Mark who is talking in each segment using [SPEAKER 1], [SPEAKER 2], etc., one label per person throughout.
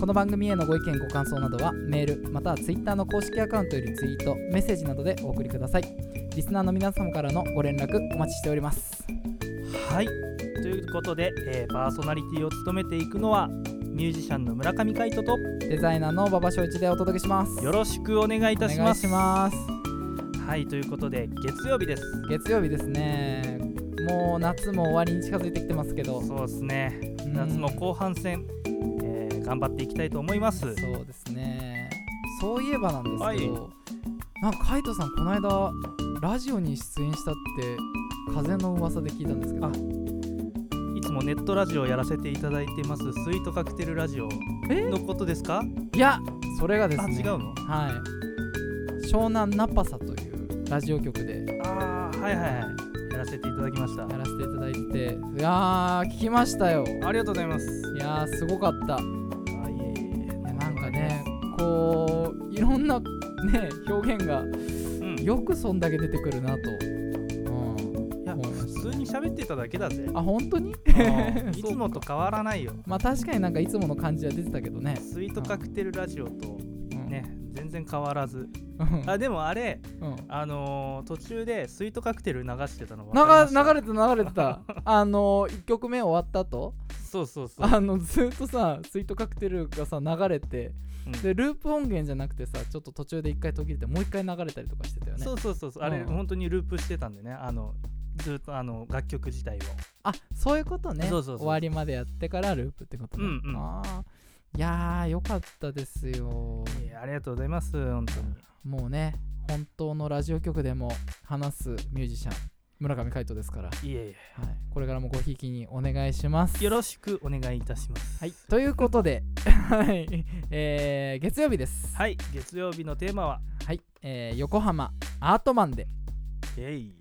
[SPEAKER 1] この番組へのご意見ご感想などはメールまたはツイッターの公式アカウントよりツイートメッセージなどでお送りくださいリスナーの皆様からのご連絡お待ちしております
[SPEAKER 2] はいということで、えーパーソナリティを務めていくのはミュージシャンの村上海人と
[SPEAKER 1] デザイナーの馬場翔一でお届けします
[SPEAKER 2] よろしくお願いいたします
[SPEAKER 1] お願いします
[SPEAKER 2] はいということで月曜日です
[SPEAKER 1] 月曜日ですねもう夏も終わりに近づいてきてますけど
[SPEAKER 2] そうですね
[SPEAKER 1] うん
[SPEAKER 2] 夏も後半戦、えー頑張っていきたいと思います
[SPEAKER 1] そうですねそういえばなんですけど、
[SPEAKER 2] はい
[SPEAKER 1] なんか海人さんこの間ラジオに出演したって風の噂で聞いたんですけど
[SPEAKER 2] あいつもネットラジオをやらせていただいてますスイートカクテルラジオ
[SPEAKER 1] え
[SPEAKER 2] のことですか
[SPEAKER 1] いやそれがです
[SPEAKER 2] あ
[SPEAKER 1] ね
[SPEAKER 2] 違うの
[SPEAKER 1] はい湘南ナパサというラジオ局で
[SPEAKER 2] ああはいはいはいやらせていただきました
[SPEAKER 1] やらせていただいてていやー聞きましたよ
[SPEAKER 2] ありがとうございます
[SPEAKER 1] いやーすごかった
[SPEAKER 2] あいえいえ
[SPEAKER 1] いやなんかねこういろんなね表現が
[SPEAKER 2] うんい
[SPEAKER 1] よくそんだけ出てくるなと、うん、
[SPEAKER 2] や
[SPEAKER 1] 思いました
[SPEAKER 2] 普通に喋ってただけだぜ
[SPEAKER 1] あ本当に
[SPEAKER 2] うん いつもと変わらないよ
[SPEAKER 1] まあ確かになんかいつもの感じは出てたけどね。
[SPEAKER 2] スイートカクテルラジオと
[SPEAKER 1] うん、
[SPEAKER 2] ね全然変わらず
[SPEAKER 1] うん。
[SPEAKER 2] あでもあれ
[SPEAKER 1] うん
[SPEAKER 2] あのー途中でスイートカクテル流してたの分かりました
[SPEAKER 1] 流流れてた流れて たあの1曲目終わった後
[SPEAKER 2] そうそうそう、
[SPEAKER 1] あのずっとさスイートカクテルがさ流れて
[SPEAKER 2] うん
[SPEAKER 1] でループ音源じゃなくてさちょっと途中で1回途切れてもう1回流れたりとかしてたよね
[SPEAKER 2] そうそうそうそうあれ、
[SPEAKER 1] うん
[SPEAKER 2] 本当にループしてたんでねあのずっとあの楽曲自体を
[SPEAKER 1] あそういうことね
[SPEAKER 2] そうそうそう
[SPEAKER 1] 終わりまでやってからループってことね、
[SPEAKER 2] うんうん
[SPEAKER 1] あーいやーよかったですよ
[SPEAKER 2] いやありがとうございます本当に
[SPEAKER 1] もうね本当のラジオ局でも話すミュージシャン村上海人ですから
[SPEAKER 2] いえい
[SPEAKER 1] はい、これからもごひいきにお願いします。
[SPEAKER 2] えよろしくお願いいたします
[SPEAKER 1] はい、ということで、 はいえー月曜日です。
[SPEAKER 2] はい月曜日のテーマは
[SPEAKER 1] はいえー横浜アートマンで
[SPEAKER 2] 「えい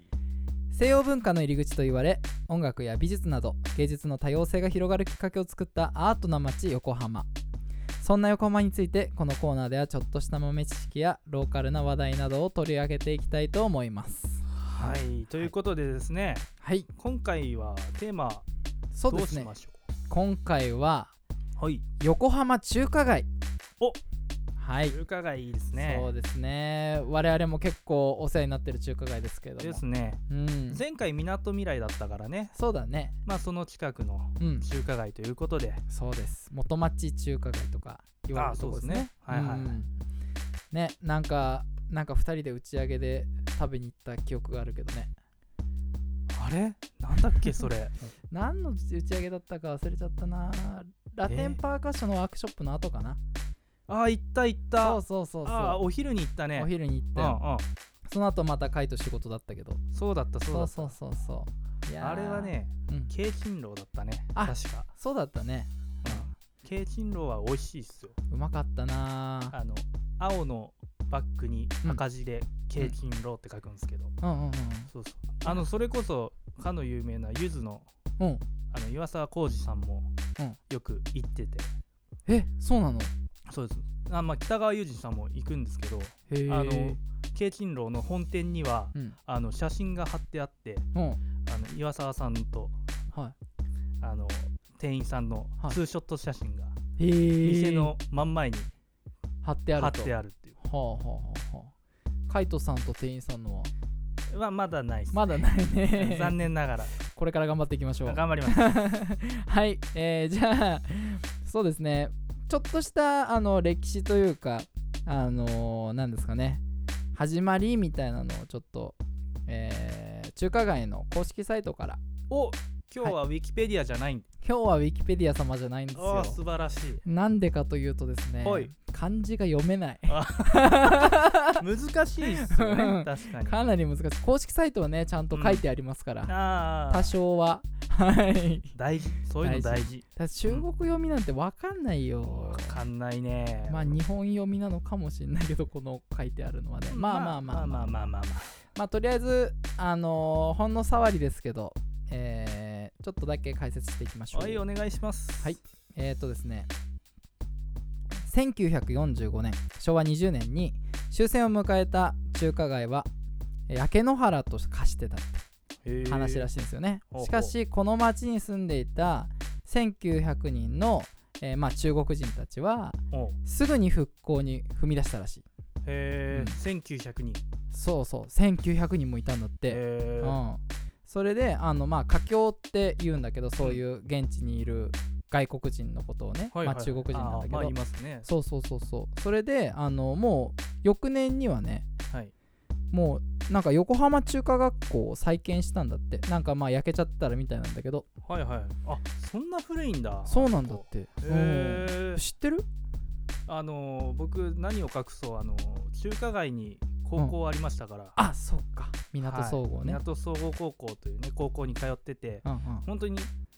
[SPEAKER 1] 西洋文化の入り口と言われ音楽や美術など芸術の多様性が広がるきっかけを作ったアートな街横浜そんな横浜についてこのコーナーではちょっとした豆知識やローカルな話題などを取り上げていきたいと思います」
[SPEAKER 2] はいということでですね、
[SPEAKER 1] はい
[SPEAKER 2] 今回はテーマ
[SPEAKER 1] そ
[SPEAKER 2] ど
[SPEAKER 1] うで
[SPEAKER 2] う
[SPEAKER 1] す
[SPEAKER 2] し
[SPEAKER 1] ね
[SPEAKER 2] ましょう
[SPEAKER 1] 今回は
[SPEAKER 2] はい
[SPEAKER 1] 横浜中華街
[SPEAKER 2] お
[SPEAKER 1] はい
[SPEAKER 2] 中華街いいですね
[SPEAKER 1] そうですね我々も結構お世話になってる中華街ですけれども
[SPEAKER 2] ですね
[SPEAKER 1] うん、
[SPEAKER 2] 前回みなとみらいだったからね
[SPEAKER 1] そうだね
[SPEAKER 2] まあその近くの
[SPEAKER 1] うん
[SPEAKER 2] 中華街ということで
[SPEAKER 1] そうです元町中華街とか言われるとこですね
[SPEAKER 2] あそうですねはいはい
[SPEAKER 1] うんねなんかなんか2人で打ち上げで食べに行った記憶があるけどね
[SPEAKER 2] あれなんだっけそ れ
[SPEAKER 1] 何の打ち上げだったか忘れちゃったなラテンパーカッションのワークショップの後かな、
[SPEAKER 2] あー行った行った
[SPEAKER 1] そうそうそうそう
[SPEAKER 2] あーお昼に行ったね
[SPEAKER 1] お昼に行っ
[SPEAKER 2] う
[SPEAKER 1] て、
[SPEAKER 2] んうん
[SPEAKER 1] その後またカイト仕事だったけど
[SPEAKER 2] そうだったそう
[SPEAKER 1] そ
[SPEAKER 2] だ
[SPEAKER 1] う
[SPEAKER 2] った
[SPEAKER 1] そうそうそういやー
[SPEAKER 2] あれは、ね
[SPEAKER 1] うん、
[SPEAKER 2] 京珍楼だったね
[SPEAKER 1] あ
[SPEAKER 2] 確か、
[SPEAKER 1] そうだったね
[SPEAKER 2] うん、京珍楼は美味しいっすよ
[SPEAKER 1] うまかったなー
[SPEAKER 2] あの青のバッグに赤字で京珍楼って書くんですけど、
[SPEAKER 1] うんうん
[SPEAKER 2] そうそうあのそれこそかの有名なゆずの
[SPEAKER 1] うんうん
[SPEAKER 2] あの岩沢浩二さんも
[SPEAKER 1] うん
[SPEAKER 2] よく行ってて、
[SPEAKER 1] えそうなの
[SPEAKER 2] そうですあまあ北川悠仁さんも行くんですけど
[SPEAKER 1] へ
[SPEAKER 2] あの京珍楼の本店には
[SPEAKER 1] うん
[SPEAKER 2] あの写真が貼ってあって
[SPEAKER 1] うん
[SPEAKER 2] あの岩沢さんと
[SPEAKER 1] は
[SPEAKER 2] あの店員さんの
[SPEAKER 1] はい
[SPEAKER 2] ツーショット写真が
[SPEAKER 1] いへえ
[SPEAKER 2] 店の真ん前に
[SPEAKER 1] 貼ってあ
[SPEAKER 2] 貼
[SPEAKER 1] る
[SPEAKER 2] っ
[SPEAKER 1] と
[SPEAKER 2] てあるっていう、
[SPEAKER 1] はあはあはあはあカイトさんと店員さんのは
[SPEAKER 2] はまだないっす
[SPEAKER 1] まだないね
[SPEAKER 2] 残念なが ら
[SPEAKER 1] これから頑張っていきましょう
[SPEAKER 2] 頑張ります
[SPEAKER 1] はいえー、じゃあそうですねちょっとしたあの歴史というかあのー、なんですかね始まりみたいなのをちょっと、えー、中華街の公式サイトから
[SPEAKER 2] お今日はウィキペディアじゃないんで、
[SPEAKER 1] 今日はウィキペディア様じゃないんです
[SPEAKER 2] あ
[SPEAKER 1] よ
[SPEAKER 2] ー素晴らしい
[SPEAKER 1] なんでかというとですね、
[SPEAKER 2] はい
[SPEAKER 1] 漢字が読めない
[SPEAKER 2] 難しいっすよね確かに
[SPEAKER 1] かなり難しい公式サイトはねちゃんと書いてありますから、
[SPEAKER 2] ああ
[SPEAKER 1] 多少ははい
[SPEAKER 2] 大事そういうの大事
[SPEAKER 1] だ中国読みなんてわかんないよ
[SPEAKER 2] わかんないね
[SPEAKER 1] まあ日本読みなのかもしれないけど この書いてあるのはねまあまあま
[SPEAKER 2] まあ
[SPEAKER 1] あまあ
[SPEAKER 2] まあまあまあ
[SPEAKER 1] まあとりあえずあのーほんの触りですけどえーちょっとだけ解説していきましょう
[SPEAKER 2] はいお願いします
[SPEAKER 1] はいえー、っとですね1945年昭和20年に終戦を迎えた中華街はえー焼け野原と化してた
[SPEAKER 2] へー
[SPEAKER 1] 話らしいんですよね
[SPEAKER 2] ほうほう
[SPEAKER 1] しかしこの町に住んでいた1900人の、えーまあ、中国人たちは
[SPEAKER 2] おう
[SPEAKER 1] すぐに復興に踏み出したらしい
[SPEAKER 2] へえ
[SPEAKER 1] うん
[SPEAKER 2] 1900人
[SPEAKER 1] そうそう1900人もいたんだって、
[SPEAKER 2] へ
[SPEAKER 1] う
[SPEAKER 2] ー
[SPEAKER 1] ん、それであのまあ華僑って言うんだけどそういう現地にいる外国人のことをね、
[SPEAKER 2] はいはい
[SPEAKER 1] まあ、中国人なん
[SPEAKER 2] あ
[SPEAKER 1] だけ
[SPEAKER 2] ーま
[SPEAKER 1] ど、
[SPEAKER 2] あ言いますね
[SPEAKER 1] そうそうそうそうそれであのもう翌年にはね
[SPEAKER 2] はい
[SPEAKER 1] もうなんか横浜中華学校を再建したんだってなんかまあ焼けちゃったらみたいなんだけど
[SPEAKER 2] はいはいあそんな古いんだ
[SPEAKER 1] そうなんだって、
[SPEAKER 2] へ
[SPEAKER 1] う
[SPEAKER 2] え
[SPEAKER 1] ん知ってる
[SPEAKER 2] あのー僕何を隠そうあのー中華街に高校ありましたから、
[SPEAKER 1] あそっか港総合ね、
[SPEAKER 2] はい港総合高校というね高校に通ってて
[SPEAKER 1] うん
[SPEAKER 2] 本当に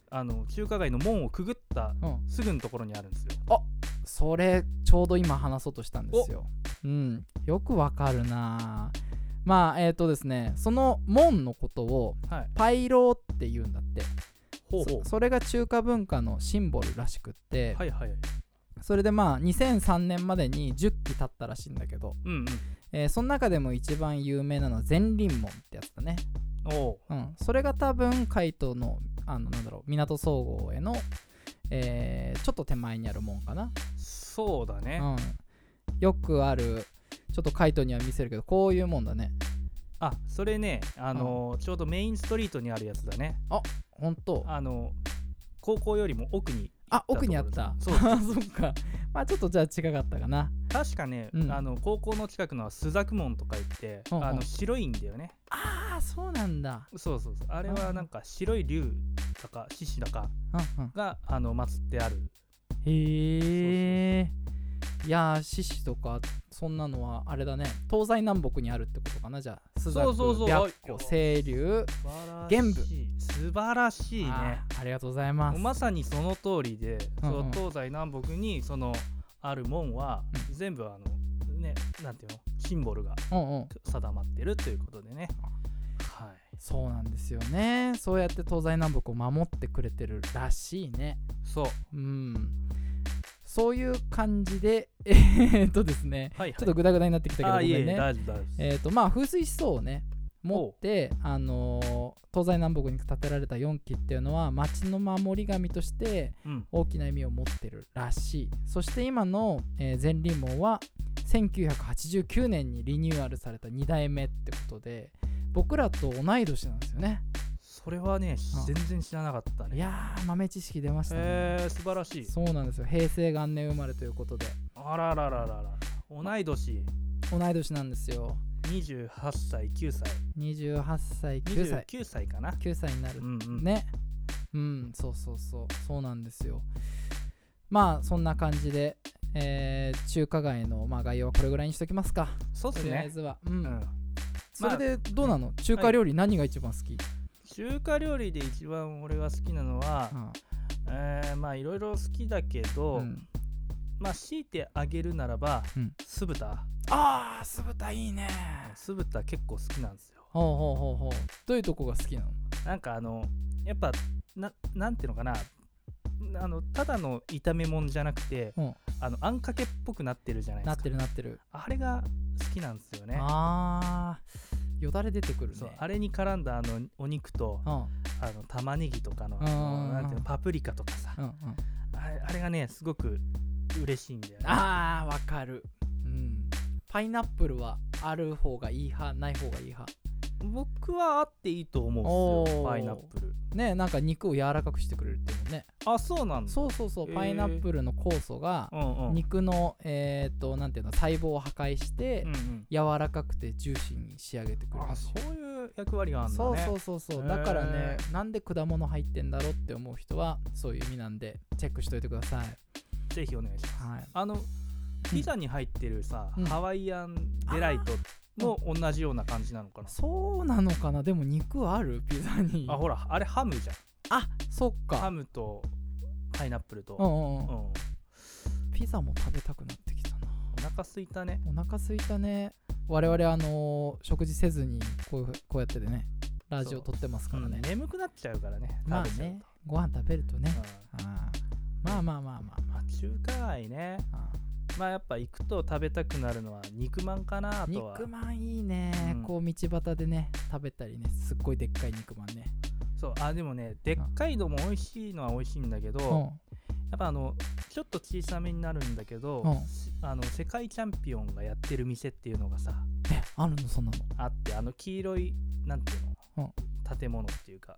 [SPEAKER 2] あの中華街の門をくぐった
[SPEAKER 1] うんうん
[SPEAKER 2] すぐのところにあるんですよ
[SPEAKER 1] それちょうど今話そうとしたんですようんよくわかるなぁまあえっ、とですねその門のことを
[SPEAKER 2] はい
[SPEAKER 1] パイローって言うんだって
[SPEAKER 2] ほうほう
[SPEAKER 1] そそれが中華文化のシンボルらしくって、
[SPEAKER 2] はいはい
[SPEAKER 1] それでまあ2003年までに10期経ったらしいんだけど、
[SPEAKER 2] うん
[SPEAKER 1] えーその中でも一番有名なのは善林門ってやつだね
[SPEAKER 2] うんおう
[SPEAKER 1] うん、それが多分海斗のあのなんだろう港総合への、えーちょっと手前にある門かな、
[SPEAKER 2] そうだ
[SPEAKER 1] う
[SPEAKER 2] ね、
[SPEAKER 1] ん、よくあるちょっと海斗には見せるけどこういうもんだね
[SPEAKER 2] あそれねあのー、ちょうどメインストリートにあるやつだね
[SPEAKER 1] ほんと
[SPEAKER 2] あのー高校よりも奥に
[SPEAKER 1] あ奥にあった
[SPEAKER 2] そう
[SPEAKER 1] あ そっかまあちょっとじゃあ違かったかな
[SPEAKER 2] 確かね、
[SPEAKER 1] うん
[SPEAKER 2] あの高校の近くのは朱雀門とか言って、
[SPEAKER 1] うんうん
[SPEAKER 2] あの白いんだよね
[SPEAKER 1] ああそうなんだ
[SPEAKER 2] そうそうそうあれはなんか白い竜だか獅子だか
[SPEAKER 1] うんうん
[SPEAKER 2] があの祀ってある
[SPEAKER 1] へえいやー獅子とかそんなのはあれだね東西南北にあるってことかなじゃあ朱雀
[SPEAKER 2] そうそうそう
[SPEAKER 1] 白
[SPEAKER 2] あいや
[SPEAKER 1] 虎清流
[SPEAKER 2] 素晴らしい
[SPEAKER 1] 玄武
[SPEAKER 2] 素晴らしいね
[SPEAKER 1] あーありがとうございます
[SPEAKER 2] もうまさにその通りで、
[SPEAKER 1] うん
[SPEAKER 2] そう
[SPEAKER 1] うん
[SPEAKER 2] 東西南北にそのある門は、
[SPEAKER 1] う
[SPEAKER 2] 全部あのねなんていうのシンボルが
[SPEAKER 1] うんうん
[SPEAKER 2] 定まってるということでねはい
[SPEAKER 1] そうなんですよねそうやって東西南北を守ってくれてるらしいね
[SPEAKER 2] そう
[SPEAKER 1] うんそういう感じでえーっとですね
[SPEAKER 2] はいはい
[SPEAKER 1] ちょっとグダグダになってきたけど
[SPEAKER 2] あ
[SPEAKER 1] ご
[SPEAKER 2] ーいえ
[SPEAKER 1] めん
[SPEAKER 2] いえ
[SPEAKER 1] ね
[SPEAKER 2] 大丈夫大丈夫
[SPEAKER 1] えーっとまあ風水思想をね持って、あのー東西南北に建てられた4基っていうのは町の守り神として
[SPEAKER 2] うん
[SPEAKER 1] 大きな意味を持ってるらしいそして今の、えー善林門は1989年にリニューアルされた2代目ってことで僕らと同い年なんですよね
[SPEAKER 2] それはね
[SPEAKER 1] うん
[SPEAKER 2] 全然知らなかったね
[SPEAKER 1] いやー豆知識出ましたね、
[SPEAKER 2] えー、素晴らしい
[SPEAKER 1] そうなんですよ平成元年生まれということで
[SPEAKER 2] あらららららら同い年
[SPEAKER 1] 同い年なんですよ
[SPEAKER 2] 28歳9歳
[SPEAKER 1] 28歳9歳
[SPEAKER 2] 29歳かな
[SPEAKER 1] 9歳になる
[SPEAKER 2] うんうん、
[SPEAKER 1] ねうんそうそうそうそうなんですよまあそんな感じで、えー中華街の、まあ、概要はこれぐらいにしときますか
[SPEAKER 2] そうっ
[SPEAKER 1] と
[SPEAKER 2] す
[SPEAKER 1] りあえ
[SPEAKER 2] ね、
[SPEAKER 1] ずは、う
[SPEAKER 2] うんん、
[SPEAKER 1] それでどうなの中華料理何が一番好き、
[SPEAKER 2] 中華料理で一番俺が好きなのは、えーまあいろいろ好きだけど、
[SPEAKER 1] うんうん
[SPEAKER 2] まあ強いてあげるならば、
[SPEAKER 1] うん
[SPEAKER 2] 酢豚
[SPEAKER 1] あー酢豚いいね
[SPEAKER 2] 酢豚結構好きなんですよ
[SPEAKER 1] ほうほうほうほうどういうとこが好きなの
[SPEAKER 2] なんかあのやっぱななんていうのかなあのただの炒め物じゃなくて、
[SPEAKER 1] うん
[SPEAKER 2] あのあんかけっぽくなってるじゃないで
[SPEAKER 1] な
[SPEAKER 2] す
[SPEAKER 1] っ
[SPEAKER 2] か
[SPEAKER 1] てるなってる
[SPEAKER 2] あれが好きなんですよね
[SPEAKER 1] あーよだれ出てくるね
[SPEAKER 2] そうあれに絡んだあのお肉と
[SPEAKER 1] うん
[SPEAKER 2] あの玉ねぎとかの
[SPEAKER 1] うんうんうん
[SPEAKER 2] なんていうのパプリカとかさ、
[SPEAKER 1] うんうん
[SPEAKER 2] あれあれがねすごく嬉しいんだよね
[SPEAKER 1] あーわかるうんパイナップルはある方がいい派ない方がいい派
[SPEAKER 2] 僕はあっていいと思うんですよ
[SPEAKER 1] おー
[SPEAKER 2] パイナップル
[SPEAKER 1] ねなんか肉を柔らかくしてくれるっていうのね
[SPEAKER 2] あそうなんだ
[SPEAKER 1] そうそうそう
[SPEAKER 2] へー
[SPEAKER 1] パイナップルの酵素が
[SPEAKER 2] うんうん
[SPEAKER 1] 肉のえっ、となんていうの細胞を破壊して、
[SPEAKER 2] うんうん
[SPEAKER 1] 柔らかくてジューシーに仕上げてくれ
[SPEAKER 2] あ
[SPEAKER 1] るし
[SPEAKER 2] そういう役割があるんだ
[SPEAKER 1] そう
[SPEAKER 2] ね
[SPEAKER 1] そうそうそうだからね
[SPEAKER 2] へ
[SPEAKER 1] なんで果物入ってんだろうって思う人はそういう意味なんでチェックしといてください
[SPEAKER 2] ぜひお願いします
[SPEAKER 1] はい
[SPEAKER 2] あのピザに入ってるさ、
[SPEAKER 1] うん
[SPEAKER 2] ハワイアンデライトも同じような感じなのかな、
[SPEAKER 1] そうなのかなでも肉あるピザに
[SPEAKER 2] あほらあれハムじゃん
[SPEAKER 1] あそっ
[SPEAKER 2] ハ
[SPEAKER 1] か
[SPEAKER 2] ムとパイナップルと、
[SPEAKER 1] う
[SPEAKER 2] うん
[SPEAKER 1] んうん、うん、
[SPEAKER 2] お
[SPEAKER 1] ピザも食べたくなってきたな
[SPEAKER 2] 腹すいたね
[SPEAKER 1] お腹すいたね我々あのー食事せずにこういうこうやってでねラジオ撮ってますからね
[SPEAKER 2] うん、眠くなっちゃうからね
[SPEAKER 1] まあ
[SPEAKER 2] 食べちゃう
[SPEAKER 1] ねご飯食べるとね
[SPEAKER 2] と、
[SPEAKER 1] あーまあまあまあまあ
[SPEAKER 2] うんまあ中華街ね
[SPEAKER 1] まあ
[SPEAKER 2] まあやっぱ行くと食べたくなるのは肉まんかなあとは
[SPEAKER 1] 肉まんいいね、
[SPEAKER 2] うん
[SPEAKER 1] こう道端でね食べたりねすっごいでっかい肉まんね
[SPEAKER 2] そうあでもねでっかいのも美味しいのは美味しいんだけど、
[SPEAKER 1] うん
[SPEAKER 2] やっぱあのちょっと小さめになるんだけど、
[SPEAKER 1] うん
[SPEAKER 2] あの世界チャンピオンがやってる店っていうのがさ
[SPEAKER 1] えあるのそんなの
[SPEAKER 2] あってあの黄色いなんていうの、建物っていうか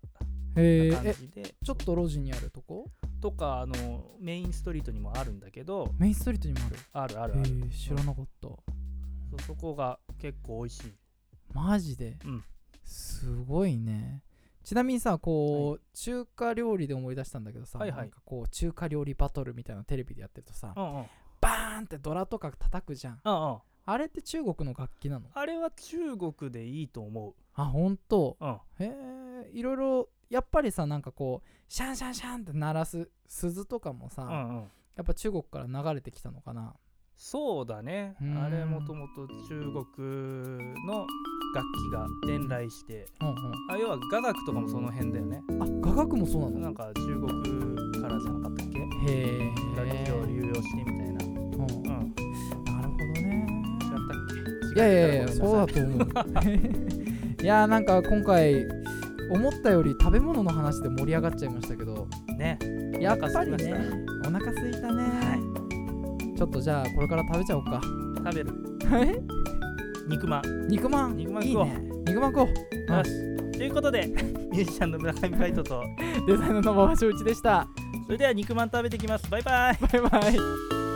[SPEAKER 1] へ
[SPEAKER 2] な感
[SPEAKER 1] え
[SPEAKER 2] じで、
[SPEAKER 1] ちょっと路地にあるとこと
[SPEAKER 2] かあのメインストリートにもあるんだけど
[SPEAKER 1] メインストリートにも
[SPEAKER 2] あ
[SPEAKER 1] ある
[SPEAKER 2] るあるあ
[SPEAKER 1] へ
[SPEAKER 2] る、
[SPEAKER 1] え知らなかった、
[SPEAKER 2] そうそこが結構美味しい
[SPEAKER 1] マジで、
[SPEAKER 2] うん
[SPEAKER 1] すごいねちなみにさこう、中華料理で思い出したんだけどさ、
[SPEAKER 2] はいはい
[SPEAKER 1] なんかこう中華料理バトルみたいなのテレビでやってるとさ、
[SPEAKER 2] うんうん
[SPEAKER 1] バーンってドラとか叩くじゃん
[SPEAKER 2] うんうん
[SPEAKER 1] あれって中国の楽器なの
[SPEAKER 2] あれは中国でいいと思
[SPEAKER 1] あほんと
[SPEAKER 2] ううん
[SPEAKER 1] へえいろいろやっぱりさなんかこうシャンシャンシャンって鳴らす鈴とかもさ、
[SPEAKER 2] う
[SPEAKER 1] や
[SPEAKER 2] んうん
[SPEAKER 1] っぱ中国から流れてきたのかな
[SPEAKER 2] そうだね
[SPEAKER 1] うん
[SPEAKER 2] あれもともと中国の楽器が伝来して
[SPEAKER 1] うん
[SPEAKER 2] あ要は雅楽とかもその辺だよね
[SPEAKER 1] うんあ雅楽もそうなの
[SPEAKER 2] なんか中国からじゃなかったっけ
[SPEAKER 1] へえ
[SPEAKER 2] 楽器を流用してみたいな
[SPEAKER 1] うん
[SPEAKER 2] うん
[SPEAKER 1] なるほどね
[SPEAKER 2] 違ったっけ
[SPEAKER 1] いやいや
[SPEAKER 2] 違
[SPEAKER 1] いや
[SPEAKER 2] ってたら
[SPEAKER 1] そう
[SPEAKER 2] ごめんなさ
[SPEAKER 1] だと思う いやなんか今回思ったより食べ物の話で盛り上がっちゃいましたけど
[SPEAKER 2] いね
[SPEAKER 1] やっぱり
[SPEAKER 2] お腹空き
[SPEAKER 1] ね
[SPEAKER 2] ま
[SPEAKER 1] お腹すいたね、ちょっとじゃあこれから食べちゃおうか
[SPEAKER 2] 食べる
[SPEAKER 1] え
[SPEAKER 2] 肉まん
[SPEAKER 1] 肉まん
[SPEAKER 2] 肉まん
[SPEAKER 1] いい
[SPEAKER 2] 食おう
[SPEAKER 1] ね肉まん食おう
[SPEAKER 2] よしということでミュージシャンの村上海人と
[SPEAKER 1] デザイナーの馬場正一でした
[SPEAKER 2] それでは肉まん食べてきますバイバイ
[SPEAKER 1] バイバイ